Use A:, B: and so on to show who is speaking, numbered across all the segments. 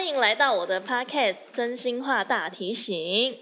A: 我的 podcast《真心话大提醒》。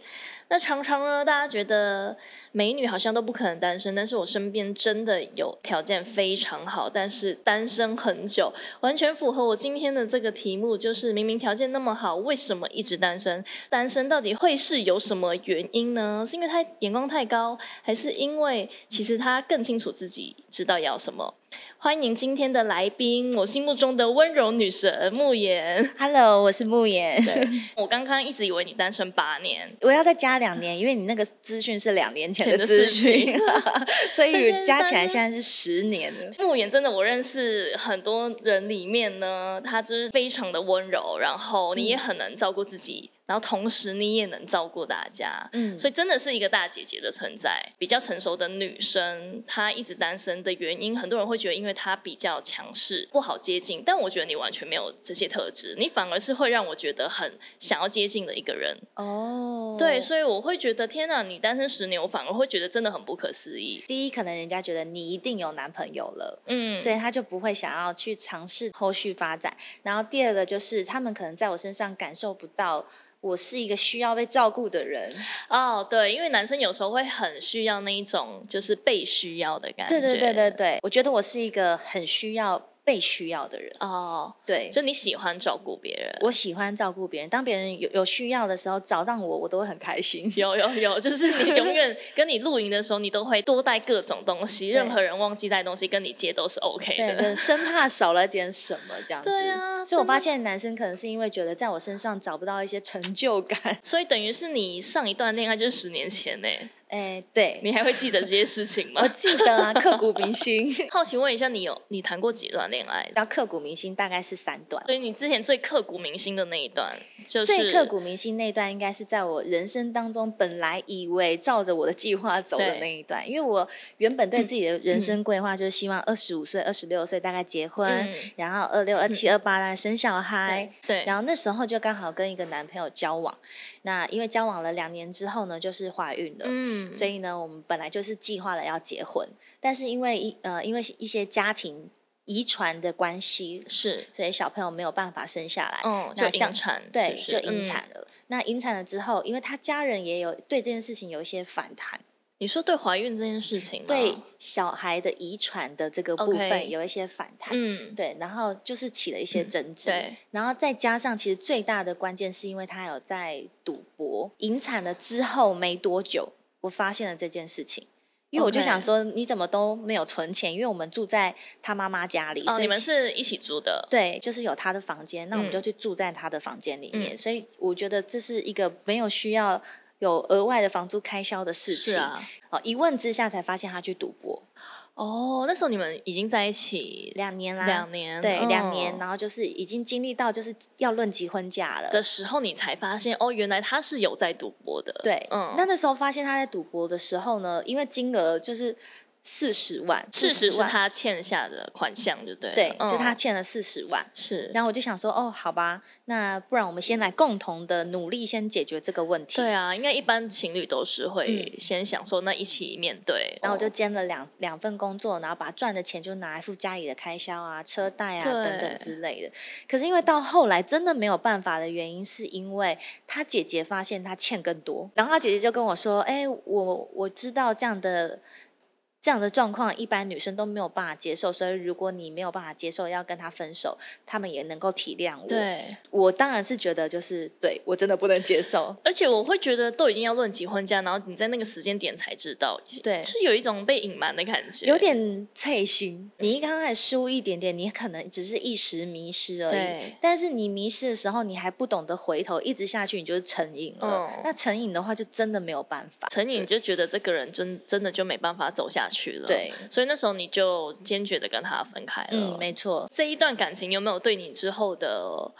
A: 那常常呢，大家觉得美女好像都不可能单身，但是我身边真的有条件非常好，但是单身很久，完全符合我今天的这个题目，就是明明条件那么好，为什么一直单身？单身到底会是有什么原因呢？是因为他眼光太高，还是因为其实他更清楚自己知道要什么？欢迎今天的来宾，我心目中的温柔女神慕言。
B: Hello，我是慕言。
A: 对，我刚刚一直以为你单身八年，
B: 我要再加两年，因为你那个资讯是两年前
A: 前
B: 的
A: 的
B: 资
A: 事
B: 讯
A: 情，
B: 所
A: 所以现
B: 以
A: 在
B: 加起
A: 大
B: 来
A: 家
B: 现在是十年了。
A: 慕言真的，我认识很多人里面呢，她就是非常的温柔，然后你也很能照顾自己，然后同时你也能照顾大家，
B: 嗯
A: 所以真的是一个大姐姐的存在。比较成熟的女生，她一直单身的原因，很多人会觉得因为她比较强势，不好接近，但我觉得你完全没有这些特质，你反而是会让我觉得很想要接近的一个人。
B: 哦，
A: 对，所以我会觉得天哪，你单身十年，我反而会觉得真的很不可思议。
B: 第一，可能人家觉得你一定有男朋友了。
A: 嗯，
B: 所以他就不会想要去尝试后续发展。然后第二个就是，他们可能在我身上感受不到我是一个需要被照顾的人。
A: 哦，对，因为男生有时候会很需要那一种就是被需要的感觉。
B: 对对对对。对，我觉得我是一个很需要被需要的人。
A: 哦，
B: 对，
A: 就你喜欢照顾别人。
B: 我喜欢照顾别人，当别人有有需要的时候找上我，我都会很开心。
A: 有有有，就是你永 远跟你露营的时候，你都会多带各种东西，任何人忘记带东西跟你借都是 OK
B: 对，
A: 的。
B: 对，生怕少了点什么这样子。
A: 对啊
B: 所以我
A: 真的
B: 发现男生可能是因为觉得在我身上找不到一些成就感，
A: 所以等于是你上一段恋爱就是十年前呢，
B: 哎，对，
A: 你还会记得这些事情吗
B: 我？记得啊，刻骨铭心，
A: 好奇问一下，你有你谈过几段恋爱？
B: 要刻骨铭心，大概是三段。
A: 所以你之前最刻骨铭心的那一段，就是
B: 最刻骨铭心那段，应该是在我人生当中本来以为照着我的计划走的
A: 对嗯
B: 那一段，因为我原本对自己的人生规划就是希望二十五岁、二十六岁大概结婚，
A: 嗯
B: 然后二六、二七、二八大概生小孩，
A: 对，
B: 然后那时候就刚好跟一个男朋友交往，那因为交往了两年之后呢，就是怀孕了。
A: 嗯，
B: 所以呢，我们本来就是计划了要结婚，但是因为一呃，因为一些家庭遗传的关系，
A: 是
B: 所以小朋友没有办法生下来，
A: 嗯，就
B: 那像
A: 引产，
B: 对，
A: 是不是
B: 就引产。
A: 嗯
B: 了。那引产了之后，因为他家人也有对这件事情有一些反弹，
A: 你说对怀孕这件事情吗？
B: 对小孩的遗传的这个部
A: OK
B: 分有一些反弹。
A: 嗯，
B: 对，然后就是起了一些争执，
A: 对，
B: 然后再加上，其实最大的关键是因为他有在赌博，引产了之后没多久，我发现了这件事情，因为我就
A: OK
B: 想说，你怎么都没有存钱？因为我们住在他妈妈家里，
A: 哦，
B: 所以
A: 你们
B: 其
A: 是一起住的，
B: 对，就是有他的房间，那我们
A: 嗯
B: 就去住在他的房间里面，
A: 嗯
B: 所以我觉得这是一个没有需要有额外的房租开销的事情。
A: 是啊。
B: 哦，一问之下才发现他去赌博，
A: 哦，那时候你们已经在一起
B: 两年啦，
A: 两年，
B: 对、两年，
A: 嗯
B: 然后就是已经经历到就是要论及婚嫁了。
A: 的时候，你才发现哦，原来他是有在赌博的。
B: 对，
A: 嗯，
B: 那那时候发现他在赌博的时候呢，因为金额就是四十万，
A: 事实是
B: 40万
A: 他欠下的款项，就对了，
B: 对，
A: 嗯
B: 就他欠了四十万。
A: 是，
B: 然后我就想说，哦，好吧，那不然我们先来共同的努力，先解决这个问题。
A: 对啊，应该一般情侣都是会先想说，那一起面对，
B: 嗯然后我就
A: 哦
B: 兼了两两份工作，然后把赚的钱就拿来付家里的开销啊、车贷啊
A: 对
B: 等等之类的。可是因为到后来真的没有办法的原因，是因为他姐姐发现他欠更多，然后他姐姐就跟我说：“哎、我我知道这样的。”这样的状况，一般女生都没有办法接受，所以如果你没有办法接受，要跟他分手，他们也能够体谅我。，
A: 对。
B: 我当然是觉得就是对我真的不能接受。
A: 而且我会觉得都已经要论及婚嫁，然后你在那个时间点才知道，
B: 对，
A: 是有一种被隐瞒的感觉，
B: 有点脆心。你一刚开始输一点点，你可能只是一时迷失而已
A: 对。
B: 但是你迷失的时候，你还不懂得回头，一直下去，你就是成瘾了。
A: 嗯
B: 那成瘾的话，就真的没有办法。
A: 成瘾，你就觉得这个人真真的就没办法走下去了。
B: 对，
A: 所以那时候你就坚决的跟他分开了。
B: 嗯，没错。
A: 这一段感情有没有对你之后的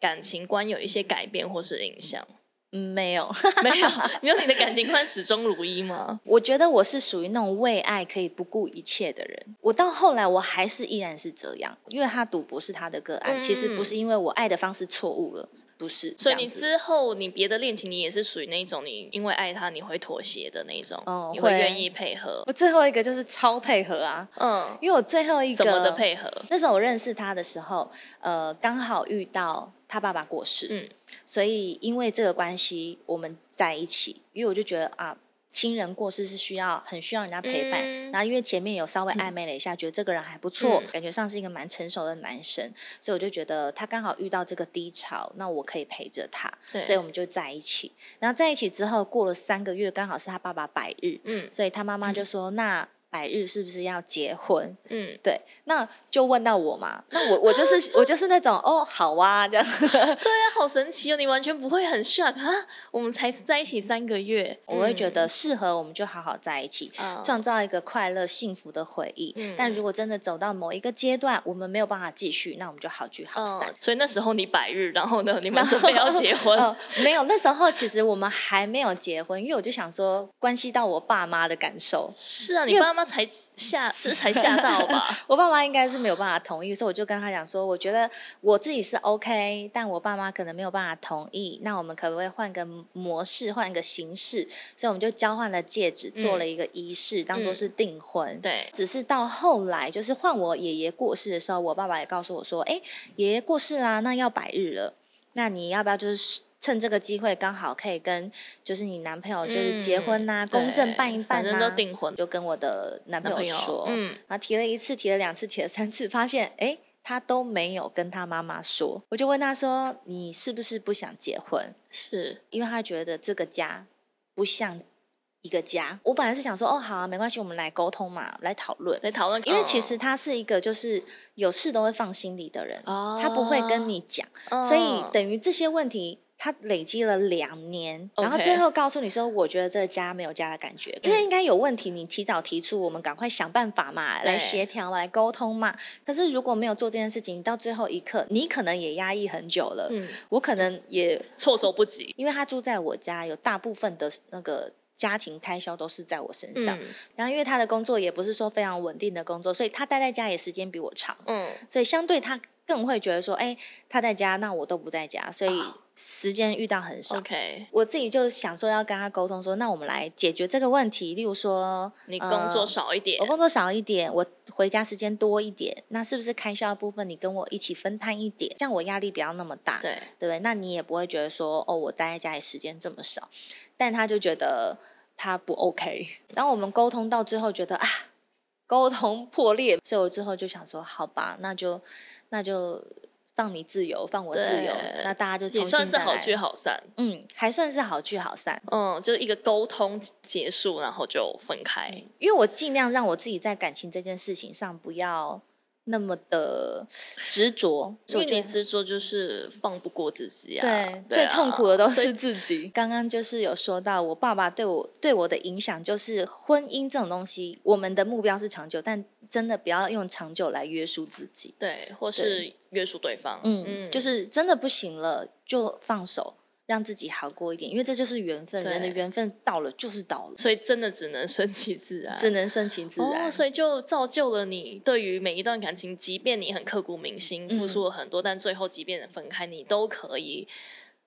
A: 感情观有一些改变或是影 响？
B: 嗯，没有。
A: 没有，你说你的感情观始终如一吗？
B: 我觉得我是属于那种为爱可以不顾一切的人。我到后来，我还是依然是这样，因为他赌博是他的个案，
A: 嗯
B: 其实不是因为我爱的方式错误了，不是。
A: 所以
B: 这
A: 你
B: 样子
A: 之后你别的恋情，你也是属于那一种你因为爱他你会妥协的那一种，
B: 哦
A: 你会
B: 会
A: 愿意配合，
B: 我最后一个就是超配合啊，
A: 嗯，
B: 因为我最后一个
A: 怎么的配合？
B: 那时候我认识他的时候，呃，刚好遇到。他爸爸过世，
A: 嗯，
B: 所以因为这个关系我们在一起，因为我就觉得啊，亲人过世是需要很需要人家陪伴。
A: 嗯
B: 然后因为前面有稍微暧昧了一下，觉得这个人还不错，
A: 嗯
B: 感觉上是一个蛮成熟的男生，所以我就觉得他刚好遇到这个低潮，那我可以陪着他，
A: 对，
B: 所以我们就在一起。然后在一起之后，过了三个月，刚好是他爸爸百日，
A: 嗯
B: 所以他妈妈就说：“那百日是不是要结婚？”
A: 嗯，
B: 对，那就问到我嘛。那我我就是我就是那种哦，好 啊，这样。
A: 对啊，好神奇哦！你完全不会很 shock 啊！我们才在一起三个月，
B: 我会觉得适合我们就好好在一起，
A: 嗯
B: 创造一个快乐幸福的回忆。
A: 嗯
B: 但如果真的走到某一个阶段，我们没有办法继续，那我们就好聚好
A: 嗯
B: 散。
A: 所以那时候你百日，然后呢，你们准备要结 婚，
B: 哦，没有，那时候其实我们还没有结婚，因为我就想说，关系到我爸妈的感受，
A: 是啊，
B: 因
A: 你
B: 为
A: 爸妈才吓，这才吓到 吧？
B: 我爸妈应该是没有办法同意，所以我就跟他讲说，我觉得我自己是 OK，但我爸妈可能没有办法同意，那我们可不可以换个模式，换个形式？所以我们就交换了戒指，
A: 嗯
B: 做了一个仪式，当做是订婚。
A: 对，
B: 只是到后来，就是换我爷爷过世的时候，我爸爸也告诉我说：“哎，爷爷过世啦，那要百日了，那你要不要就是趁这个机会，刚好可以跟就是你男朋友就是结婚呐、
A: 嗯
B: 公证
A: 对
B: 办一办
A: 反正
B: 呐、
A: 都订婚，
B: 就跟我的男朋
A: 男朋
B: 友
A: 友
B: 说，
A: 嗯，
B: 然后提了一次，提了两次，提了三次，发现哎，诶他都没有跟他妈妈说。我就问他说：“你是不是不想结婚？”
A: 是，
B: 因为他觉得这个家不像一个家。我本来是想说：“哦，好啊，没关系，我们来沟通嘛，来讨论。
A: 在讨论”，
B: 因为其
A: 嗯
B: 实他是一个就是有事都会放心里的人，
A: 哦，
B: 他不会跟你讲，
A: 嗯，
B: 所以等于这些问题。他累积了两年，然后
A: OK 嗯
B: 最后告诉你说：“我觉得这个家没有家的感觉，因为应该有问题，你提早提出，我们赶快想办法嘛，来
A: 对
B: 协调嘛，来沟通嘛。可是如果没有做这件事情，到最后一刻，你可能也压抑很久了，
A: 嗯，
B: 我可能也
A: 措手不及，
B: 因为他住在我家，有大部分的那个家庭开销都是在我身上。
A: 嗯
B: 然后因为他的工作也不是说非常稳定的工作，所以他待在家也时间比我长，
A: 嗯，
B: 所以相对他更会觉得说，哎，他在家，那我都不在家，所以
A: 啊
B: 时间遇到很少。
A: OK，
B: 我自己就想说要跟他沟通说，那我们来解决这个问题。例如说，
A: 你
B: 呃
A: 工作少一点
B: 我，工作少一点，我回家时间多一点，那是不是开销的部分你跟我一起分摊一点，这样我压力不要那么大？
A: 对，
B: 对不对？那你也不会觉得说，哦，我待在家里时间这么少，但他就觉得他不 OK。然后我们沟通到最后，觉得啊，沟通破裂，所以我最后就想说，好吧，那就那就放你自由，放我自由
A: 对，
B: 那大家就重
A: 也
B: 新
A: 算是
B: 再
A: 好
B: 来
A: 聚好散，
B: 嗯，还算是好聚好散。
A: 嗯，就是一个沟通结束，然后就分开，
B: 因为我尽量让我自己在感情这件事情上不要那么的执着，
A: 因
B: 所
A: 为
B: 以我觉
A: 你
B: 得
A: 执着就是放不过自己啊，
B: 对，最
A: 啊
B: 痛苦的都
A: 所以
B: 是自 己。刚刚就是有说到，我爸爸对我对我的影响，就是婚姻这种东西，我们的目标是长久，但真的不要用长久来约束自己。
A: 对，或是约束对方，
B: 嗯，就是真的不行了就放手，让自己好过一点，因为这就是缘分，人的
A: 对
B: 缘分到了就是到了，
A: 所以真的只能顺其自 然，
B: 只能顺其自然。
A: 哦，所以就造就了你对于每一段感情，即便你很刻骨铭心，
B: 嗯
A: 付出了很多，但最后即便分开，你都可以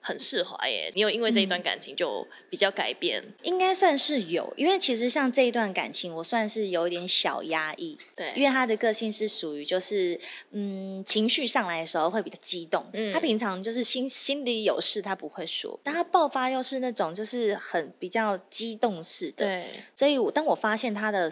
A: 很释怀耶。你有因为这一段感情就比较改变，
B: 应该算是有，因为其实像这一段感情，我算是有一点小压抑，
A: 对，
B: 因为他的个性是属于就是，嗯，情绪上来的时候会比较激动。
A: 嗯
B: 他平常就是心心里有事他不会说，但他爆发又是那种就是很比较激动式的。
A: 对
B: 所以我当我发现他的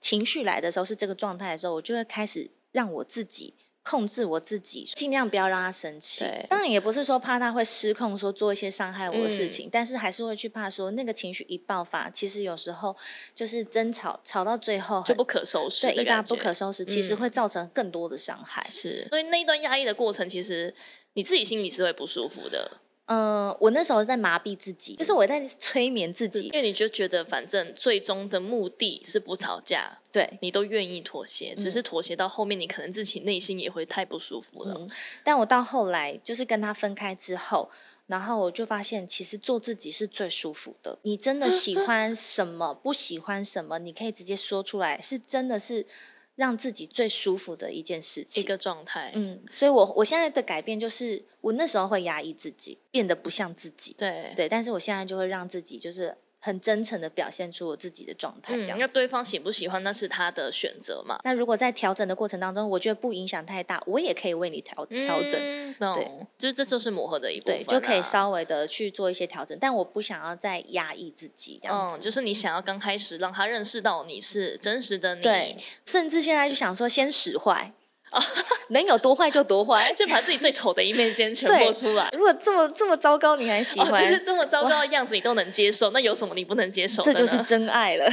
B: 情绪来的时候是这个状态的时候，我就会开始让我自己。控制我自己，尽量不要让他生气
A: 对。
B: 当然也不是说怕他会失控，说做一些伤害我的事
A: 嗯
B: 情，但是还是会去怕说那个情绪一爆发，其实有时候就是争吵，吵到最后
A: 就
B: 很
A: 不可收拾
B: 对，
A: 的
B: 一发
A: 感
B: 不
A: 觉，
B: 可收拾，其实
A: 嗯
B: 会造成更多的伤害。
A: 是。所以那一段压抑的过程，其实你自己心里是会不舒服的，
B: 嗯、我那时候在麻痹自己，就是我在催眠自己
A: 因。为你就觉得反正最终的目的是不吵架，
B: 对，
A: 你都愿意妥协，只是妥协到后面，你可能自己内心也会太不舒服了。
B: 嗯，但我到后来就是跟他分开之后，然后我就发现，其实做自己是最舒服的。你真的喜 欢什么，不喜欢什么，你可以直接说出来，是真的是让自己最舒服的一件事
A: 一
B: 情。
A: 个状态，
B: 嗯，所以我我现在的改变就是，我那时候会压抑自己，变得不像自己。
A: 对
B: 对，但是我现在就会让自己就是很真诚的表现出我自己的状态，这
A: 嗯，
B: 样
A: 那
B: 子。
A: 对方喜不喜欢那是他的选择嘛，
B: 那如果在调整的过程当中，我觉得不影响太大，我也可以为你调调整，
A: 嗯懂，就是这就是磨合的一部分、
B: 对，
A: 啊，
B: 就可以稍微的去做一些调整，但我不想要再压抑自己这样子。
A: 嗯，就是你想要刚开始让他认识到你是真实的你，
B: 对，甚至现在就想说先 使坏，
A: 哦
B: 能有多坏就多坏。
A: 就把自己最丑的一面先全
B: 对
A: 部出来。
B: 如果这么这么糟糕，你还喜
A: 哦，就
B: 欢，
A: 是这么糟糕的样子，你都能接受，那有什么你不能接受的
B: 这
A: 呢？
B: 就是真爱 了。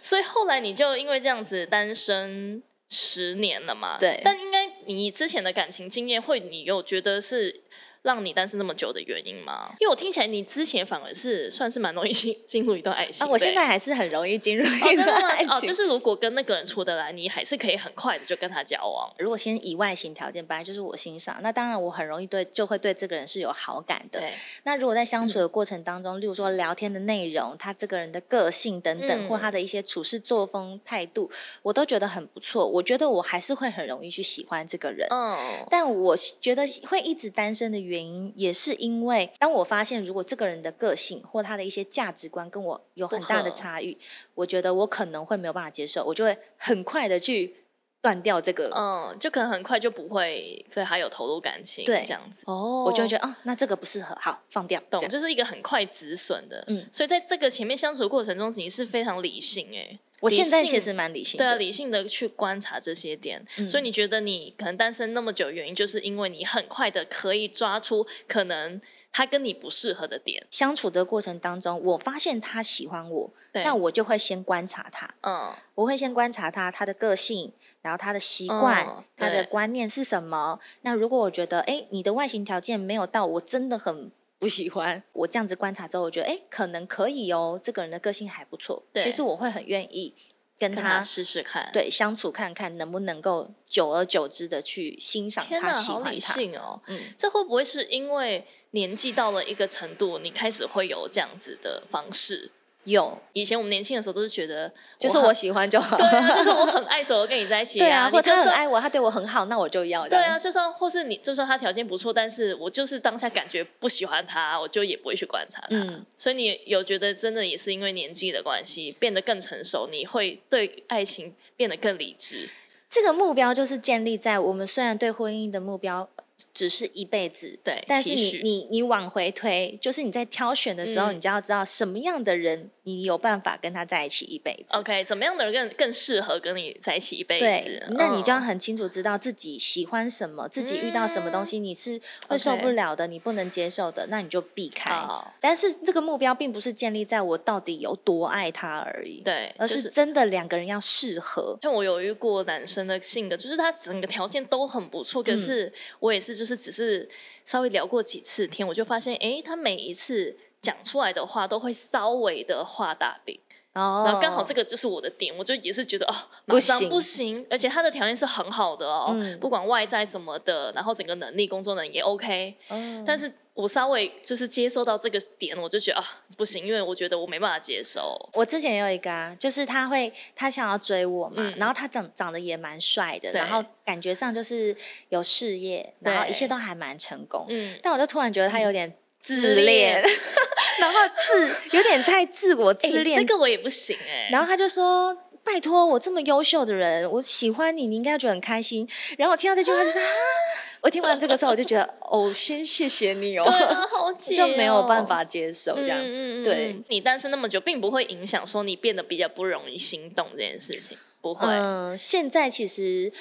A: 所以后来你就因为这样子单身十年了嘛？
B: 对
A: 但应该你之前的感情经验，会你有觉得是让你单身这么久的原因吗？因为我听起来你之前反而是算是蛮容易进进入一段爱情的。
B: 啊，
A: 欸
B: 我现在还是很容易进入
A: 哦，
B: 一
A: 真的
B: 段
A: 吗
B: 爱情。
A: 哦，就是如果跟那个人处得来，你还是可以很快的就跟他交往。
B: 如果先以外形条件，本来就是我欣赏，那当然我很容易对就会对这个人是有好感的。
A: 对，嗯
B: 那如果在相处的过程当中，例如说聊天的内容、他这个人的个性等等，
A: 嗯
B: 或他的一些处事作风态度，我都觉得很不错。我觉得我还是会很容易去喜欢这个人。
A: 嗯，
B: 但我觉得会一直单身的原因，也是因为当我发现如果这个人的个性或他的一些价值观跟我有很大
A: 不
B: 的
A: 合
B: 差异，我觉得我可能会没有办法接受，我就会很快的去断掉这个。
A: 嗯，就可能很快就不会对他有投入感情，
B: 对
A: 这样子。
B: 哦我就会觉得哦，那这个不适合，好放掉。这
A: 懂，
B: 样
A: 就是一个很快止损的。
B: 嗯
A: 所以在这个前面相处的过程中，你是非常理性哎、
B: 我
A: 理
B: 现在
A: 性
B: 其实蛮理性
A: 对啊，
B: 的，
A: 理性的去观察这些点。
B: 嗯
A: 所以你觉得你可能单身那么久，原因就是因为你很快的可以抓出可能他跟你不适合的点。
B: 相处的过程当中，我发现他喜欢我，
A: 对，
B: 那我就会先观察他，
A: 嗯，
B: 我会先观察他他的个性，然后他的习惯、
A: 嗯
B: 他
A: 对
B: 的观念是什么。那如果我觉得，哎，你的外形条件没有到，我真的很不喜欢。我这样子观察之后，我觉得，哎，可能可以哦，这个人的个性还不错。
A: 对
B: 其实我会很愿意跟
A: 跟
B: 他
A: 他试试看。，
B: 对相处，看看能不能够久而久之的去欣赏
A: 天
B: 他、喜
A: 好
B: 欢
A: 理
B: 他。
A: 性哦。
B: 嗯，
A: 这会不会是因为年纪到了一个程度，你开始会有这样子的方式？
B: 有，
A: 以前我们年轻的时候都是觉得，
B: 就是
A: 很
B: 我喜欢就好。
A: 对啊，就是我很 爱手，我跟你在一起
B: 对啊，
A: 你
B: 或
A: 就
B: 者他很
A: 算
B: 爱我，他对我很好，那我就要。
A: 对啊，，就算或是你，就算他条件不错，但是我就是当下感觉不喜欢他，我就也不会去观察他。
B: 嗯
A: 所以你有觉得真的也是因为年纪的关系，变得更成熟，你会对爱情变得更理智。
B: 这个目标就是建立在我们虽然对婚姻的目标呃只是一辈子，
A: 对
B: 但是
A: 期
B: 你
A: 许
B: 你你往回推，就是你在挑选的时候，
A: 嗯
B: 你就要知道什么样的人你有办法跟他在一起一辈子。
A: OK，怎么样的人更更适合跟你在一起一辈
B: 对
A: 子？，
B: 那你就要
A: 嗯
B: 很清楚知道自己喜欢什么，自己遇到什么东西你是会受
A: OK 哦
B: 不了的，你不能接受的，那你就避开。
A: 好，
B: 但是这个目标并不是建立在我到底有多爱他而已，
A: 对，
B: 而
A: 就是
B: 真的两个人要适合。
A: 像我有遇过男生的性格，就是他整个条件都很不错，可
B: 嗯
A: 是我也是就是只是稍微聊过几次天，我就发现，诶，他每一次讲出来的话都会稍微的画大饼，
B: 哦，
A: 然后刚好这个就是我的点，我就也是觉得哦，
B: 不
A: 马上
B: 行
A: 不行，而且他的条件是很好的哦，
B: 嗯
A: 不管外在什么的，然后整个能力、工作能力也 OK，
B: 哦，
A: 但是我稍微就是接受到这个点，我就觉得啊不行，因为我觉得我没办法接受，
B: 我之前也有一个啊，就是他会他想要追我嘛，
A: 嗯
B: 然后他长长得也蛮帅的，
A: 对
B: 然后感觉上就是有事业，
A: 对
B: 然后一切都还蛮成功。
A: 嗯，
B: 但我就突然觉得他有点
A: 自
B: 自
A: 恋
B: 恋， 然后自有点太自我
A: 诶
B: 自恋。
A: 这个我也不行哎、
B: 然后他就说：“拜托，我这么优秀的人，我喜欢你，你应该觉得很开心。”然后我听到 这句话就说：“啊！”我听完这个之后，我就觉得哦，先谢谢你 哦，
A: 对啊，好解、
B: 就没有办。法接受这样。
A: 嗯嗯嗯，
B: 对
A: 嗯你单身那么久，并不会影响说你变得比较不容易心动这件事情，不会。嗯
B: 嗯，现在其实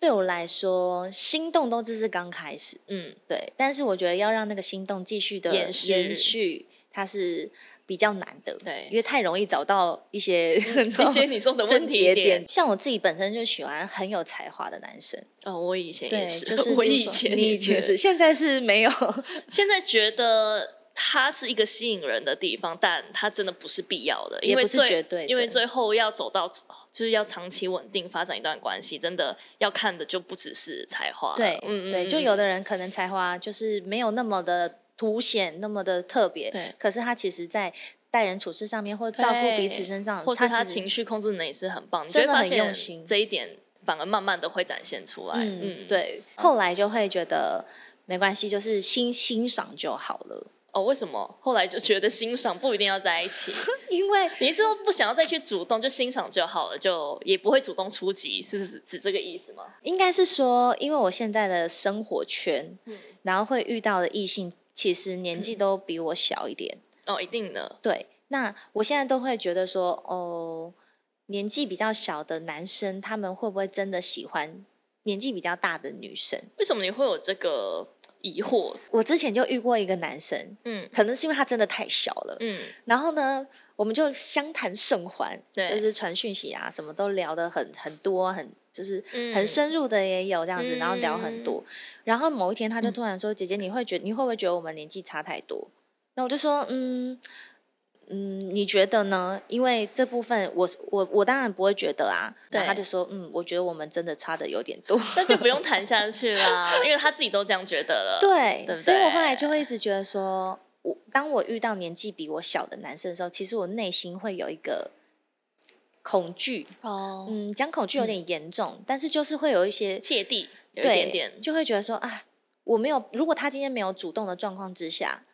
B: 对我来说，心动都只是刚开始，
A: 嗯
B: 对。但是我觉得要让那个心动继续的
A: 延续
B: 续它是比较难的，
A: 对
B: 因为太容易找到一些
A: 这些你说的问
B: 症
A: 题
B: 结哦点。像我自己本身就喜欢很有才华的男生，
A: 哦，我以前
B: 对，
A: 也是，
B: 就是
A: 我
B: 例
A: 以
B: 如说
A: 前
B: 你
A: 也
B: 以前是，现在是没 有，
A: 现在觉得它是一个吸引人的地方，但它真的不是必要的，
B: 也
A: 因为
B: 不是
A: 最
B: 绝对的
A: 因为最后要走到就是要长期稳定发展一段关系，真的要看的就不只是才华了，
B: 对，
A: 嗯嗯，
B: 对，
A: 嗯
B: 就有的人可能才华就是没有那么的凸显，那么的特别，
A: 对
B: 可是他其实在待人处事上面，或照顾彼此身上，
A: 或是他
B: 其实
A: 情绪控制能力是很棒，你就
B: 真
A: 会
B: 的
A: 发
B: 很用
A: 现
B: 心嗯
A: 这一点，反而慢慢的会展现出来。嗯
B: 嗯，。对，后来就会觉得没关系，就是欣欣赏就好了。
A: 哦，为什么后来就觉得欣赏不一定要在一 起？
B: 因为
A: 你是说不想要再去主动，就欣赏就好了，就也不会主动出击，是指指这个意思吗？
B: 应该是说，因为我现在的生活圈，
A: 嗯，
B: 然后会遇到的异性，其实年纪都比我小一点。
A: 哦，一定的，
B: 对，那我现在都会觉得说，哦，年纪比较小的男生，他们会不会真的喜欢年纪比较大的女生？
A: 为什么你会有这个疑惑？
B: 我之前就遇过一个男生，
A: 嗯
B: 可能是因为他真的太小了，
A: 嗯，
B: 然后呢，我们就相谈甚欢，
A: 对
B: 就是传讯息啊，什么都聊得很很多，很就是
A: 嗯
B: 很深入的也有这样子，然后聊很多。然后某一天他就
A: 嗯
B: 突然说：“姐姐，你会觉你会不会觉得我们年纪差太多？”那我就说：“嗯。”嗯，你觉得呢？因为这部分我我我当然不会觉得啊。然后他
A: 对
B: 就说，嗯，我觉得我们真的差的有点多。
A: 那就不用谈下去啦，因为他自己都这样觉得了。哦
B: 对，
A: 对不
B: 所以我
A: 对
B: 后来就会一直觉得说，我当我遇到年纪比我小的男生的时候，其实我内心会有一个恐惧。
A: 哦，
B: 嗯，讲恐惧有点严重，但是就是会有一些
A: 芥蒂有一
B: 对，
A: 点点，
B: 就会觉得说啊，我没有，如果他今天没有主动的状况之下，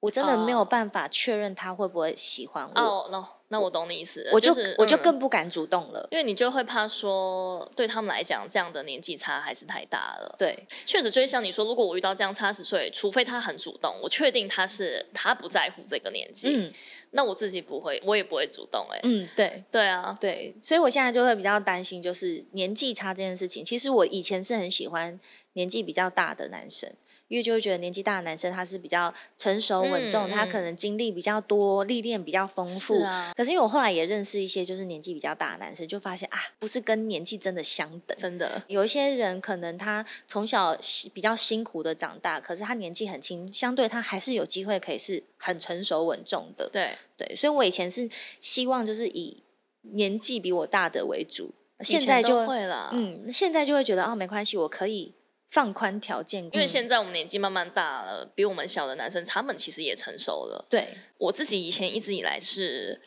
B: 我真的没有
A: 哦
B: 办法确认他会不会喜欢我，
A: 哦，那那我懂你意思了，
B: 我就、
A: 是
B: 我就
A: 嗯
B: 更不敢主动了。
A: 因为你就会怕说，对他们来讲，这样的年纪差还是太大了。
B: 对
A: 确实，就是像你说，如果我遇到这样差十岁，除非他很主动，我确定他是他不在乎这个年纪，
B: 嗯
A: 那我自己不会，我也不会主动、哎、
B: 嗯，对。
A: 对啊，
B: 对，所以我现在就会比较担心，就是年纪差这件事情。其实我以前是很喜欢年纪比较大的男生，因为就会觉得年纪大的男生他是比较成熟稳重，
A: 嗯
B: 他可
A: 嗯
B: 能经历比较多，历练比较丰富。
A: 是啊，
B: 可是因为我后来也认识一些就是年纪比较大的男生，就发现啊，不是跟年纪真的相等。
A: 真的，
B: 有一些人可能他从小辛比较辛苦的长大，可是他年纪很轻，相对他还是有机会可以是很成熟稳重的。
A: 对，
B: 对，所以我以前是希望就是以年纪比我大的为主，
A: 以
B: 现
A: 前
B: 在
A: 都
B: 就会
A: 会啊啦，
B: 嗯，现在就会觉得啊，没关系，我可以放宽条件，
A: 因为
B: 嗯
A: 现在我们年纪慢慢大了，比我们小的男生他们其实也成熟了。
B: 对
A: 我自己以前一直以来是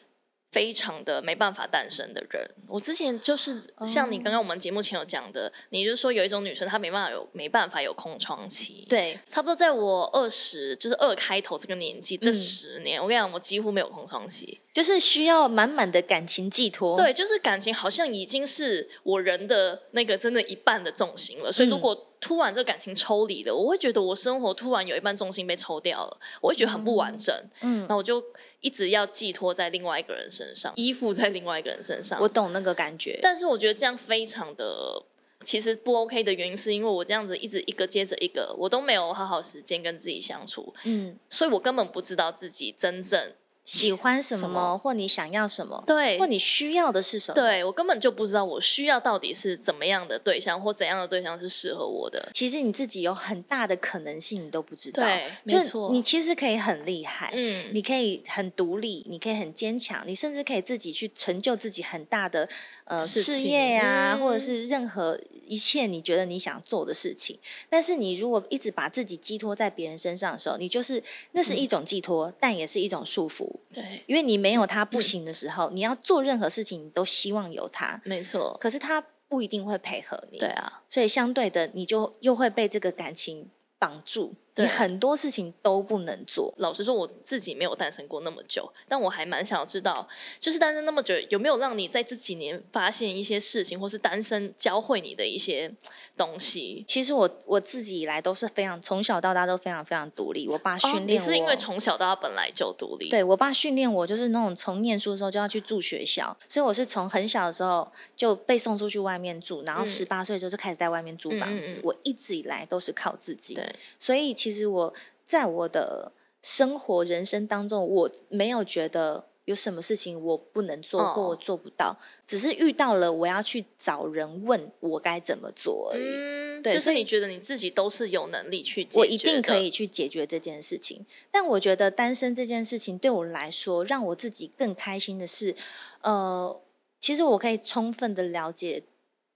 A: 非常的没办法诞生的人。我之前就是像你
B: 哦
A: 刚刚我们节目前有讲的，你就是说有一种女生她没办法有没办法有空窗期。，
B: 对
A: 差不多在我二十就是二开头这个年纪，这
B: 嗯
A: 十年、我跟你讲，我几乎没有空窗期。
B: 就是需要满满的感情寄托，
A: 对，就是感情好像已经是我人的那个真的一半的重心了，所以如
B: 嗯
A: 果突然这个感情抽离了，我会觉得我生活突然有一半重心被抽掉了，我会觉得很不完整。
B: 嗯，
A: 那我就一直要寄托在另外一个人身上，依附在另外一个人身上。
B: 我懂那个感觉，
A: 但是我觉得这样非常的，其实不 OK 的原因是因为我这样子一直一个接着一个，我都没有好好时间跟自己相处，
B: 嗯，
A: 所以我根本不知道自己真正
B: 喜欢什么
A: 什么
B: 或你想要什么，
A: 对
B: 或你需要的是什么，。
A: 对我根本就不知道我需要到底是怎么样的对象或怎样的对象是适合我的。
B: 其实你自己有很大的可能性，你都不知道。
A: 对没
B: 就是
A: 错
B: 你其实可以很厉害，
A: 嗯，
B: 你可以很独立，你可以很坚强，你甚至可以自己去成就自己很大的呃
A: 事
B: 事
A: 情
B: 业呀、或者
A: 嗯
B: 是任何一切你觉得你想做的事情。但是你如果一直把自己寄托在别人身上的时候，你就是那
A: 嗯
B: 是一种寄托，但也是一种束缚，
A: 对，
B: 因为你没有他
A: 嗯
B: 不行的时候，你要做任何事情，你都希望有他，
A: 没错，
B: 可是他不一定会配合你。
A: 对，啊，
B: 所以相对的，你就又会被这个感情绑住，你
A: 对
B: 很多事情都不能做。
A: 老实说，我自己没有单身过那么久，但我还蛮想要知道，就是单身那么久，有没有让你在这几年发现一些事情，或是单身教会你的一些东西？
B: 其实我我自己以来都是非常从小到大都非常非常独立。我爸
A: 哦
B: 训
A: 你
B: 练我，
A: 是因为从小到大本来就独立，
B: 对我爸训练我就是那种从念书的时候就要去住学校，所以我是从很小的时候就被送出去外面住，然后
A: 嗯
B: 十八岁的时候就开始在外面租房子。
A: 嗯嗯嗯
B: 我一直以来都是靠自己，
A: 对
B: 所以其实我在我的生活人生当中，我没有觉得。有什么事情我不能做或我
A: 哦
B: 做不到，只是遇到了我要去找人问我该怎么做而已。
A: 嗯，
B: 对
A: 就
B: 所
A: 是
B: 以
A: 你觉得你自己都是有能力去解决
B: 我一定可
A: 的
B: 以去解决这件事情。但我觉得单身这件事情对我来说，让我自己更开心的是，呃，其实我可以充分的了解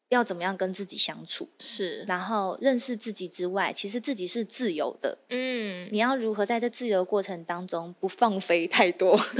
B: 要怎么样跟自己相处，
A: 是，
B: 然后认识自己之外，其实自己是自由的。
A: 嗯，
B: 你要如何在这自由的过程当中不放飞太多？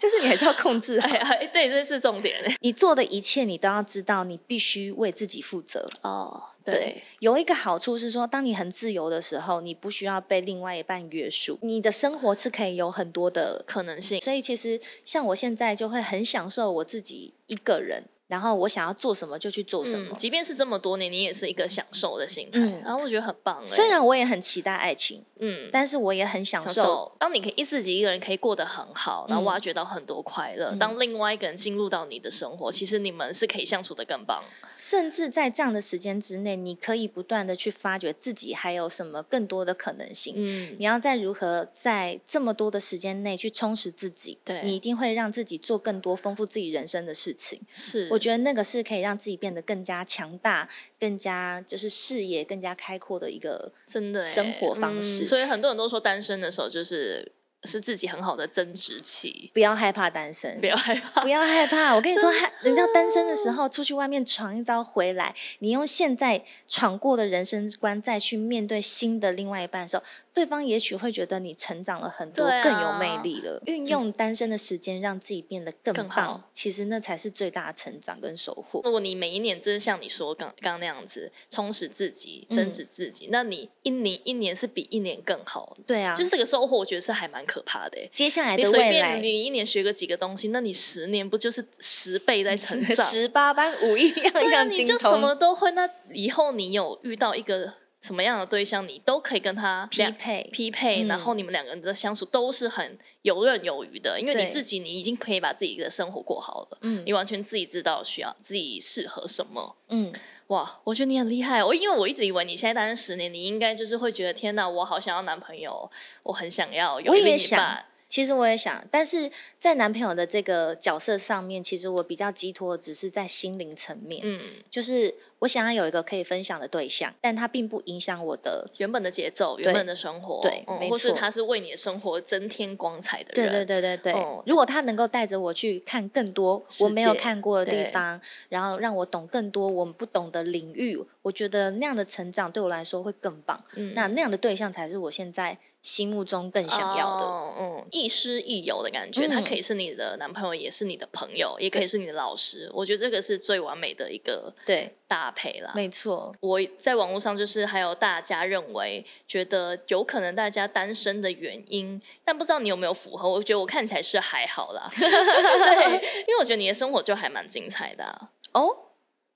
B: 就是你还是要控制好
A: 哎哎，对，这是重点哎。
B: 你做的一切，你都要知道，你必须为自己负责。
A: 哦，
B: 对，有一个好处是说，当你很自由的时候，你不需要被另外一半约束，你的生活是可以有很多的。
A: 可能性，
B: 所以其实像我现在就会很享受我自己一个人，然后我想要做什么就去做什么
A: 嗯，。即便是这么多年，你也是一个享受的心态，
B: 嗯
A: 然后我觉得很棒哎。
B: 虽然我也很期待爱情，
A: 嗯，
B: 但是我也很享
A: 享
B: 受。
A: 受当你可以自己一个人可以过得很好，然后
B: 嗯
A: 挖掘到很多快乐，
B: 嗯
A: 当另外一个人进入到你的生活，其实你们是可以相处的更棒。
B: 甚至在这样的时间之内，你可以不断的去发掘自己还有什么更多的可能性。
A: 嗯，
B: 你要在如何在这么多的时间内去充实自己，
A: 对
B: 你一定会让自己做更多丰富自己人生的事情。
A: 是，
B: 我觉得那个是可以让自己变得更加强大、更加就是视野更加开阔的一个。
A: 真的欸
B: 生活方
A: 嗯
B: 式
A: 所以很多人都说单身的时候就是是自己很好的增值期，
B: 不要害怕单身
A: 不，要啊害怕。
B: 不要害怕。我跟你说，害人家单身的时候出去外面闯一遭回来，你用现在闯过的人生观再去面对新的另外一半的时候，对方也许会觉得你成长了很多，
A: 对啊嗯
B: 更有魅力了。运用单身的时间让自己变得更
A: 更
B: 棒，
A: 好嗯
B: 其实那才是最大的成长跟收获。
A: 如果你每一年真的像你说刚刚那样子充实自己、
B: 嗯
A: 增值自己，那你一年一年是比一年更好，
B: 对啊，
A: 就是这个收获，我觉得是还蛮可怕的欸、
B: 接下来
A: 你
B: 的
A: 随
B: 未
A: 便
B: 来，
A: 你一年学个几个东西，那你十年不就是十倍在成长？
B: 十八般武艺样
A: 对啊，
B: 样
A: 你
B: 精
A: 就什
B: 通，
A: 么都会。那以后你有遇到一个什么样的对象，你都可以跟他
B: 匹
A: 两
B: 配。
A: 匹配，
B: 嗯
A: 然后你们两个人的相处都是很游刃有余的，因为
B: 对
A: 你自己你已经可以把自己的生活过好了，
B: 嗯
A: 你完全自己知道需要自己适合什么。
B: 嗯，
A: 哇，我觉得你很厉害。哦我因为我一直以为你现在单身十年，你应该就是会觉得天哪，我好想要男朋友，我很想要有
B: 我
A: 另
B: 也
A: 一
B: 想
A: 半。
B: 其实我也想，但是在男朋友的这个角色上面，其实我比较寄托的只是在心灵层面，
A: 嗯，
B: 就是我想要有一个可以分享的对象，但他并不影响我的。
A: 原本的节奏，原本的生活，
B: 对
A: 嗯
B: 没
A: 或是
B: 错
A: 他是为你的生活增添光彩的
B: 对
A: 人，
B: 对对对对，
A: 哦
B: 如果他能够带着我去看更多
A: 世
B: 我没有
A: 界
B: 看过的
A: 对
B: 地方，然后让我懂更多我们不懂的领域，我觉得那样的成长对我来说会更棒。
A: 嗯
B: 那那样的对象才是我现在心目中更想要的。
A: 哦嗯，亦师亦友的感觉，他
B: 嗯
A: 可以是你的男朋友，也是你的朋友，也可以是你的老师。我觉得这个是最完美的一个
B: 对，
A: 搭配啦。
B: 没错，
A: 我在网络上就是还有大家认为觉得有可能大家单身的原因，但不知道你有没有符合？我觉得我看起来是还好 啦，对，因为我觉得你的生活就还蛮精彩的、啊，
B: 哦，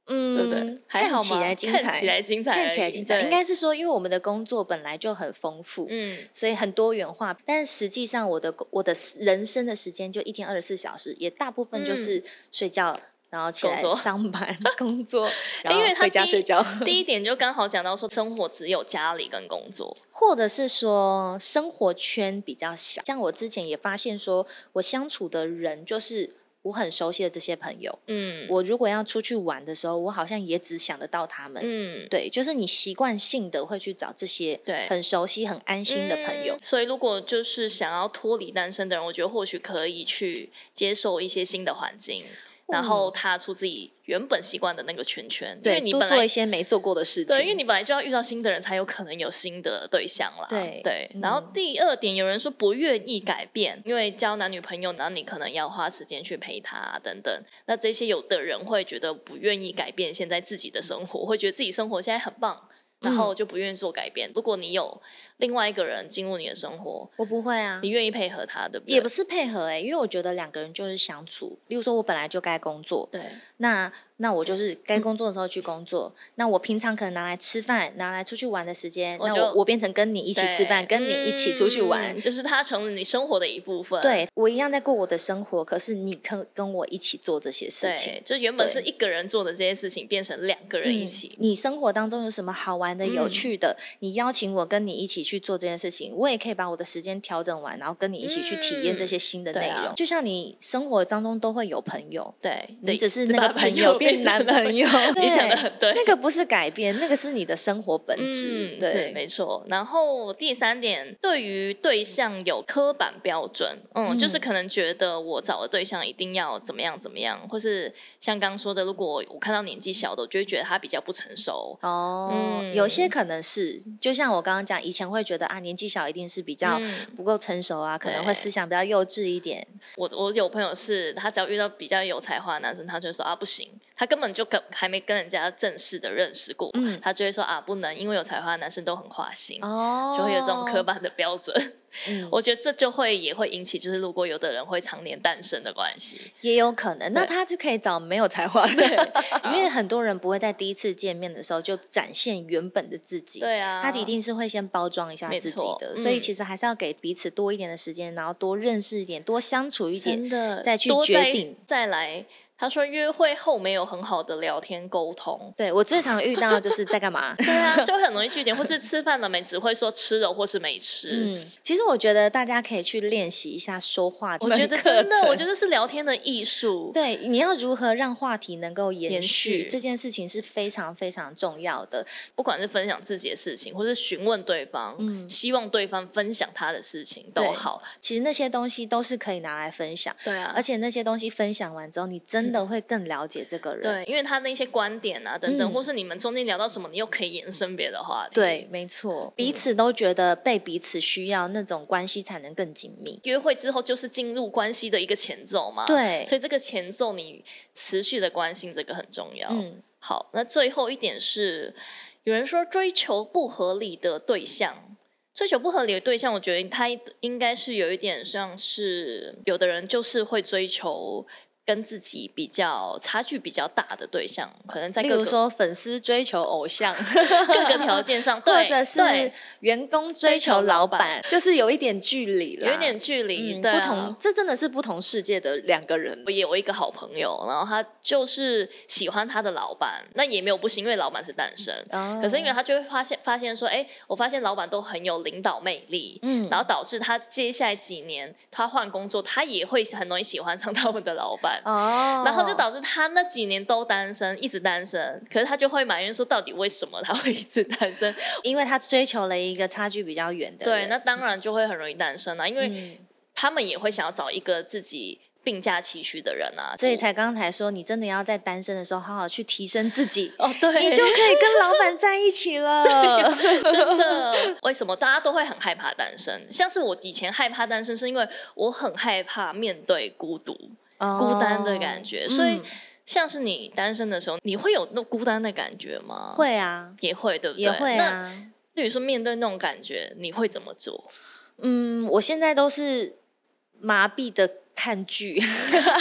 B: 嗯，
A: 对不对？还好
B: 看
A: 吗？
B: 起来精
A: 看
B: 彩，
A: 起来精彩而已，
B: 看起来精彩，
A: 对
B: 应该是说，因为我们的工作本来就很丰富，
A: 嗯，
B: 所以很多元化。但实际上，我的工我的人生的时间就一天二十四小时，也大部分就
A: 嗯
B: 是睡觉。然后起
A: 工
B: 来
A: 作
B: 上班工作， 然后
A: 因为他
B: 回家
A: 第一
B: 睡觉，
A: 第一点就刚好讲到说，生活只有家里跟工作，
B: 或者是说生活圈比较小。像我之前也发现说，我相处的人就是我很熟悉的这些朋友，
A: 嗯，
B: 我如果要出去玩的时候，我好像也只想得到他们。
A: 嗯，
B: 对，就是你习惯性的会去找这些
A: 对
B: 很熟悉、很安心的朋友
A: 嗯。所以，如果就是想要脱离单身的人，我觉得或许可以去接受一些新的环境，然后踏出自己原本习惯的那个圈圈。因
B: 嗯对，
A: 为你
B: 多
A: 本
B: 做
A: 来
B: 一些没做过的事情。
A: 对，因为你本来就要遇到新的人，才有可能有新的对象啦。
B: 对嗯
A: 然后第二点，有人说不愿意改变，因为交男女朋友，然后你可能要花时间去陪他、等等。那这些有的人会觉得不愿意改变现在自己的生活，会觉得自己生活现在很棒。然
B: 嗯
A: 后就不愿意做改变。如果你有另外一个人进入你的生活，
B: 我不会啊
A: 你，愿意配合他，对不对？
B: 也不是配合哎、因为我觉得两个人就是相处。例如说，我本来就该工作，
A: 对，
B: 那那我就是该工作的时候去工作。那我平常可能拿来吃饭、拿来出去玩的时间，
A: 我
B: 那
A: 就嗯
B: 我我变成跟你一
A: 一
B: 起吃饭，跟你一起出去玩。
A: 就是他成了你生活的一部分。
B: 对我一样在过我的生活，可是你可跟我一起做这些事情
A: 对，。就原本
B: 对
A: 是一个人做的这些事情，变成两个人一
B: 嗯
A: 起。
B: 你生活当中有什么好玩玩的、有
A: 嗯
B: 趣的，你邀请我跟你一起去做这件事情，我也可以把我的时间调整完，然后跟你一起去体验这些新的
A: 嗯对
B: 内
A: 啊
B: 容。就像你生活当中都会有朋友，
A: 对，对
B: 你只是
A: 把
B: 那个
A: 朋
B: 朋友
A: 变
B: 变
A: 成
B: 男
A: 男
B: 朋友，
A: 你讲的
B: 对
A: 很对。
B: 那个不是改变，那个是你的生活本质。
A: 嗯，是
B: 对，
A: 没错。然后第三点，对于对象有刻板标准，嗯，
B: 嗯
A: 就是可能觉得我找的对象一定要怎么样怎么样，或是像刚说的，如果我看到年纪小的，我就会觉得他比较不成熟，
B: 哦，有些
A: 嗯
B: 可能是，就像我刚刚讲，以前会觉得啊，年纪小一定是比较
A: 嗯
B: 不够成熟啊，可能
A: 对
B: 会思想比较幼稚一点。
A: 我我有朋友是，他只要遇到比较有才华的男生，他就会说啊不行，他根本就跟还没跟人家正式的认识过，
B: 嗯
A: 他就会说啊不能，因为有才华的男生都很花心，
B: 哦，
A: 就会有这种刻。板的标准。
B: 嗯，
A: 我觉得这就会也会引起，就是如果有的人会常年单身的关系，
B: 也有可能。那
A: 对嗯
B: 他就可以找没有才华的，因为
A: 好
B: 很多人不会在第一次见面的时候就展现原本的自己。
A: 对啊，
B: 他一定是会先包装一下
A: 没
B: 自己
A: 错
B: 的，所以
A: 嗯
B: 其实还是要给彼此多一点的时间，然后多认识一点，多相处一
A: 真，
B: 点
A: 的
B: 再去
A: 多
B: 决
A: 再
B: 定
A: 再来。他说约会后没有很好的聊天沟通，
B: 对我最常遇到就是在 干嘛？
A: 对啊， 就很容易拒绝，或是吃饭了没只会说吃了或是没吃。
B: 嗯，其实我觉得大家可以去练习一下说话门
A: 我
B: 课
A: 觉
B: 程。
A: 得真的，我觉得是聊天的艺术。
B: 对，你要如何让话题能够延
A: 延续
B: 这件事情是非常非常重要的。
A: 不管是分享自己的事情，或是询问对方，
B: 嗯
A: 希望对方分享他的事情都
B: 对
A: 好。
B: 其实那些东西都是可以拿来分享，
A: 对啊
B: 而且那些东西分享完之后，你真的会更了解这个人。
A: 嗯对，因为他那些观点啊等等，
B: 嗯
A: 或是你们中间聊到什么，你又可以延伸别的话题。，
B: 对，没错，彼
A: 嗯
B: 此都觉得被彼此需要，那种关系才能更紧密。
A: 约会之后就是进入关系的一个前奏嘛。，
B: 对，
A: 所以这个前奏你持续的关心这个很重要。
B: 嗯，
A: 好，那最后一点是，有人说追求不合理的对象，追求不合理的对象，我觉得他应该是有一点像是，有的人就是会追求跟自己比较差距比较大的对象，可能在
B: 例
A: 各
B: 如
A: 个
B: 说粉丝追求 偶像，
A: 各个条件上，
B: 或
A: 对
B: 者是
A: 对
B: 员工
A: 追
B: 追
A: 求
B: 求
A: 老
B: 老
A: 板
B: 板，就是有一点距离了，
A: 有一点距离，
B: 嗯
A: 对啊
B: 不同，这真的是不同世界的两个人
A: 我。也有一个好朋友，然后他就是喜欢他的老板，那也没有不行，因为老板是单身。可
B: 可
A: 是因为他就会发现发现说，哎、我发现老板都很有领导魅力，
B: 嗯
A: 然后导致他接下来几年他换工作，他也会很容易喜欢上 他们的老板。
B: 哦，
A: 然后就导致他那几年都单身，一直单身。可是他就会埋怨说，到底为什么他会一直单 身？
B: 因为他追求了一个差距比较远的
A: 对，
B: 人
A: 那当然就会很容易单身啊啦、因为
B: 嗯
A: 他们也会想要找一个自己并驾齐驱的人啊。
B: 所以才刚才说，你真的要在单身的时候好好去提升自 己，
A: 哦，对，
B: 你就可以跟老板在一 起了。
A: 真的，为什么大家都会很害怕单身？像是我以前害怕单身，是因为我很害怕面对孤独、孤单的感觉。
B: 哦
A: 所以
B: 嗯，
A: 像是你单身的时候，你会有那种孤单的感觉吗？，
B: 会啊，
A: 也会，对不对？
B: 也会
A: 那
B: 啊。
A: 对于说面对那种感觉，你会怎么做？
B: 嗯，我现在都是麻痹的看剧，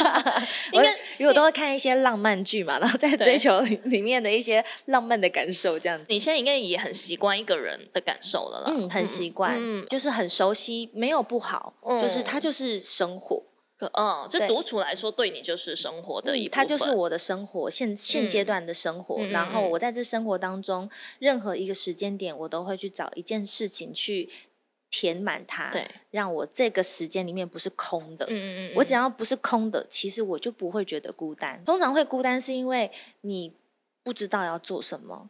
A: 应该
B: 因为我都会看一些浪漫剧嘛，然后再
A: 对嗯
B: 追求里里面的一些浪漫的感受，这样子。
A: 你现在应该也很习惯一个人的感受了啦。
B: 嗯，很习惯，
A: 嗯
B: 就是很熟悉，没有不好，就是
A: 嗯
B: 它就是生活。
A: 可嗯，就
B: 对嗯
A: 独处来说，对你就是生活的一部分。
B: 它就是我的生活，现现阶段的生活。
A: 嗯嗯
B: 然后
A: 嗯
B: 我在这生活当中，任何一个时间点，我都会去找一件事情去填满它，
A: 对，
B: 让我这个时间里面不是空的。
A: 嗯嗯嗯，
B: 我只
A: 要
B: 要不是空的，其实我就不会觉得孤单。通常会孤单是因为你不知道要做什么，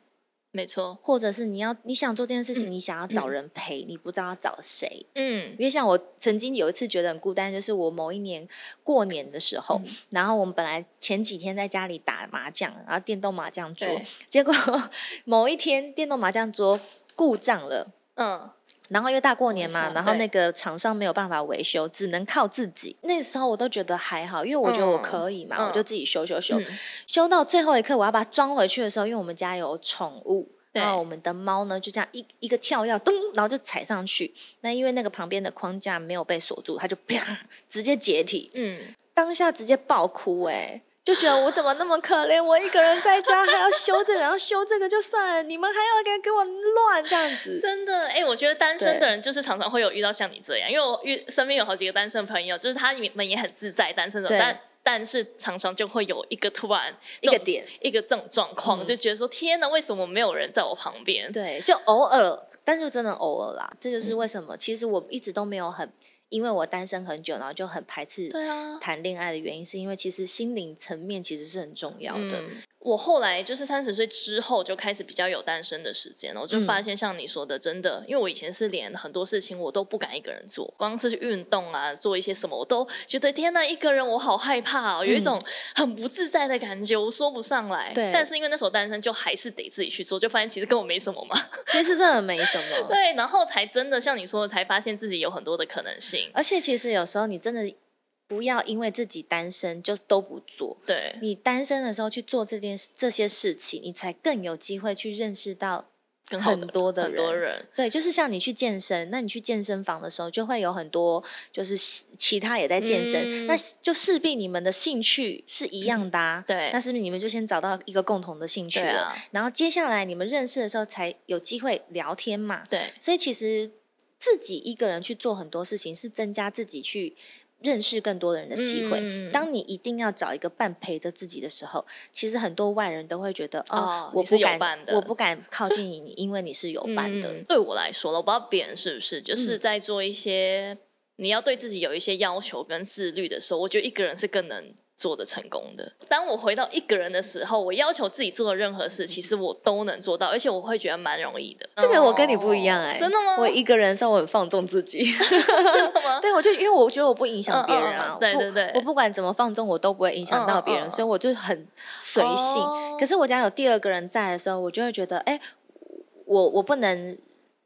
A: 没错，
B: 或者是你要你想做这件事情，
A: 嗯
B: 你想要找
A: 嗯
B: 人陪，你不知道要找谁。
A: 嗯
B: 因为像我曾经有一次觉得很孤单，就是我某一年过年的时候，
A: 嗯
B: 然后我们本来前几天在家里打麻将，然后电动麻将桌
A: 对，
B: 结果 某一天电动麻将桌故障了。
A: 嗯，
B: 然后因为大过年嘛
A: 故障，
B: 然后
A: 对
B: 那个厂商没有办法维修，只能靠自己。那时候我都觉得还好，因为我觉得我
A: 嗯
B: 可以嘛，
A: 嗯
B: 我就自己修修修。
A: 嗯
B: 修到最后一刻，我要把它装回去的时候，因为我们家有宠物，
A: 对
B: 然后我们的猫呢就这样一一个跳跃，咚，然后就踩上去。那因为那个旁边的框架没有被锁住，它就啪直接解体，
A: 嗯，
B: 当下直接爆哭哎、就觉得我怎么那么可怜，我一个人在家还要修这个，然后修这个就算了，你们还要给给我乱这样子，
A: 真的，哎、我觉得单身
B: 对
A: 的人就是常常会有遇到像你这样，因为我遇身边有好几个单身朋友，就是他们也很自在单身的，
B: 对
A: 但但是常常就会有一个突然
B: 一
A: 这
B: 个
A: 种
B: 点，
A: 一个这种状况，
B: 嗯
A: 就觉得说天哪，为什么没有人在我旁边？
B: 对，就偶尔，但是真的偶尔啦。这
A: 嗯
B: 就是为什么，其实我一直都没有很，因为我单身很久，然后就很排斥
A: 对啊，
B: 谈恋爱的原因，是因为其实心灵层面其实是很重要的。
A: 嗯我后来就是三十岁之后就开始比较有单身的时间了，我就
B: 嗯
A: 发现像你说的，真的，因为我以前是连很多事情我都不敢一个人做，光是去运动啊，做一些什么，我都觉得天呐，一个人我好害怕哦，有一
B: 嗯
A: 种很不自在的感觉，我说不上来。
B: 对
A: 但是因为那时候单身，就还是得自己去做，就发现其实根本没什 么嘛。
B: 其实真的没什么。
A: 对，然后才真的像你说的，才发现自己有很多的可能性。
B: 而且其实有时候你真的不要因为自己单身就都不做。
A: 对，
B: 你单身的时候去做这件这些事情，你才更有机会去认识到
A: 更好的
B: 很多的
A: 很多
B: 人
A: 人，
B: 对，就是像你去健身，那你去健身房的时候，就会有很多就是其其他也在健身，
A: 嗯
B: 那就势必你们的兴趣是一样的啊。
A: 对
B: 那是不是你们就先找到一个共同的兴趣
A: 对
B: 了？
A: 啊，
B: 然后接下来你们认识的时候才有机会聊天嘛。
A: 对，
B: 所以其实自己一个人去做很多事情，是增加自己去认识更多的人的机会。
A: 嗯
B: 当你一定要找一个伴陪着自己的时候，其实很多外人都会觉得，
A: 哦
B: 哦，
A: 你
B: 我
A: 是
B: 不
A: 有
B: 敢
A: 伴，的
B: 我不敢靠近你，因为你是有伴的。
A: 嗯对我来说了，我不知道别人是不是，就是
B: 嗯
A: 在做一些、你要对自己有一些要求跟自律的时候，我觉得一个人是更能做的成功的。当我回到一个人的时候，我要求自己做的任何事，其实我都能做到，而且我会觉得蛮容易的。
B: 嗯这个我跟你不一样哎、
A: 哦真的吗？
B: 我一个人的时候我很放纵自 己，
A: 真的吗？
B: 对我就因为我觉得我不影响别人
A: 嗯嗯
B: 啊
A: 嗯，对对
B: 不
A: 对
B: 我不管怎么放纵我都不会影响到
A: 嗯
B: 别
A: 嗯
B: 人，
A: 嗯
B: 所以我就很随性
A: 哦。
B: 可是我家有第二个人在的时候，我就会觉得，哎，我我不能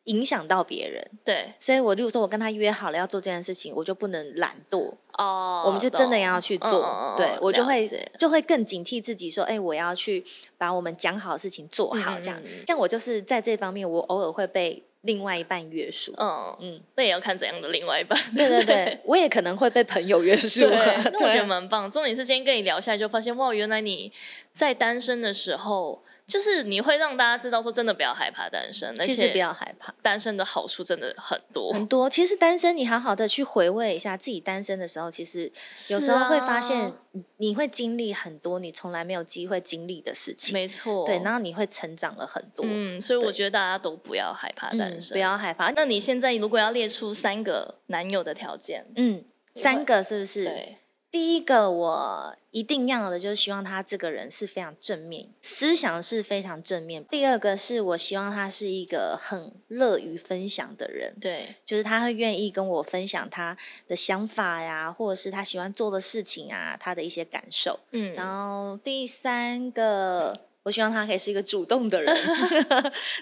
B: 影响到别人，
A: 哦对
B: 所以我例如说我跟他约好了要做这件事情，我就不能懒惰，
A: 哦，
B: 我们就真的
A: 懂
B: 要去
A: 嗯嗯
B: 做
A: 嗯。
B: 对
A: 嗯
B: 我就
A: 了
B: 会
A: 解
B: 就会更警惕自己，说，哎，我要去把我们讲好的事情做好，
A: 嗯
B: 这样
A: 嗯嗯。
B: 像我就是在这方面，我偶尔会被另外一半约束。
A: 嗯，
B: 嗯，
A: 那也要看怎样的另外一半。
B: 对对对，我也可能会被朋友约束
A: 对，
B: 啊。
A: 那我觉
B: 对
A: 得蛮棒。重点是今天跟你聊下来，就发现哇，原来你在单身的时候，就是你会让大家知道说，真的不要害怕单身，而
B: 其实不
A: 且
B: 要嗯害怕，
A: 单身的好处真的很多。
B: 很多。其实单身，你好好的去回味一下自己单身的时候，其实有时候会发现
A: 是啊，
B: 你你会经历很多你从来没有机会经历的事情。
A: 没错，
B: 对，然后你会成长了很多。
A: 嗯，所以我
B: 对
A: 觉得大家都不要害怕
B: 嗯
A: 单身。
B: 不。要害怕。那
A: 那你现在如果要列出三个男友的条件，
B: 嗯，
A: 会
B: 三个是不是？
A: 对，
B: 第一个我一定要的就是希望他这个人是非常正面，思想是非常正面。第二个是我希望他是一个很乐于分享的人。
A: 对，
B: 就是他会愿意跟我分享他的想法呀，或者是他喜欢做的事情啊，他的一些感受。
A: 嗯，
B: 然后第三个，我希望他可以是一个主动的人，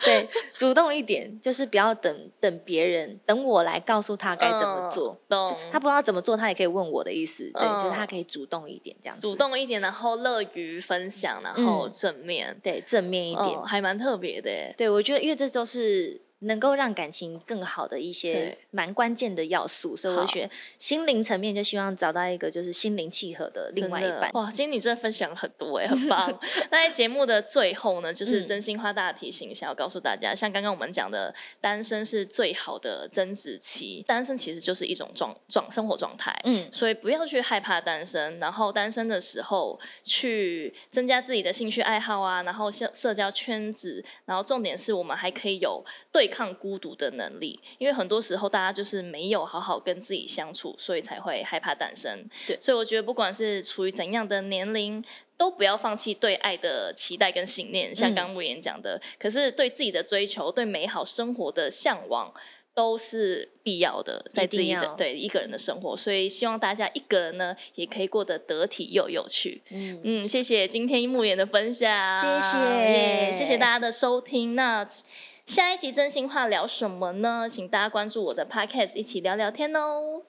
B: 对，主动一点，就是不要等等别人，等我来告诉他该怎
A: 嗯
B: 么做。就
A: 懂。
B: 他不知道怎么做，他也可以问我的意思，对，就是他
A: 嗯
B: 可以主动一点这样子，
A: 主动一点，然后乐于分享，然后
B: 嗯
A: 正面，
B: 对正面一
A: 一
B: 点。
A: 还蛮特别的耶。
B: 对，我觉得因为这就是能够让感情更好的一些
A: 对
B: 蛮关键的要素，所以
A: 好
B: 我觉得心灵层面就希望找到一个就是心灵契合的另
A: 真
B: 外
A: 的
B: 一半。
A: 哇，今天你真的分享很多哎、很 棒。那在节目的最后呢，就是
B: 嗯
A: 真心话大提醒，想要告诉大家，像刚刚我们讲的，单身是最好的增值期，单身其实就是一种状状生活状态。
B: 嗯，
A: 所以不要去害怕单身，然后单身的时候去增加自己的兴趣爱好啊，然后社社交圈子，然后重点是我们还可以有对抗孤独的能力，因为很多时候大家就是没有好好跟自己相处，所以才会害怕单身。
B: 对
A: 所以我觉得不管是处于怎样的年龄。都不要放弃对爱的期待跟信念，像
B: 嗯
A: 刚木言讲的，可是对自己的追求、对美好生活的向往，都是必要的，在自己
B: 一定
A: 的
B: 要
A: 对一个人的生活，所以希望大家一个人呢也可以过得得体又有趣。
B: 嗯，
A: 嗯，谢谢今天木言的分享，
B: 谢谢
A: 耶谢谢大家的收听。那下一集真心话聊什么呢？请大家关注我的 podcast，一起聊聊天哦。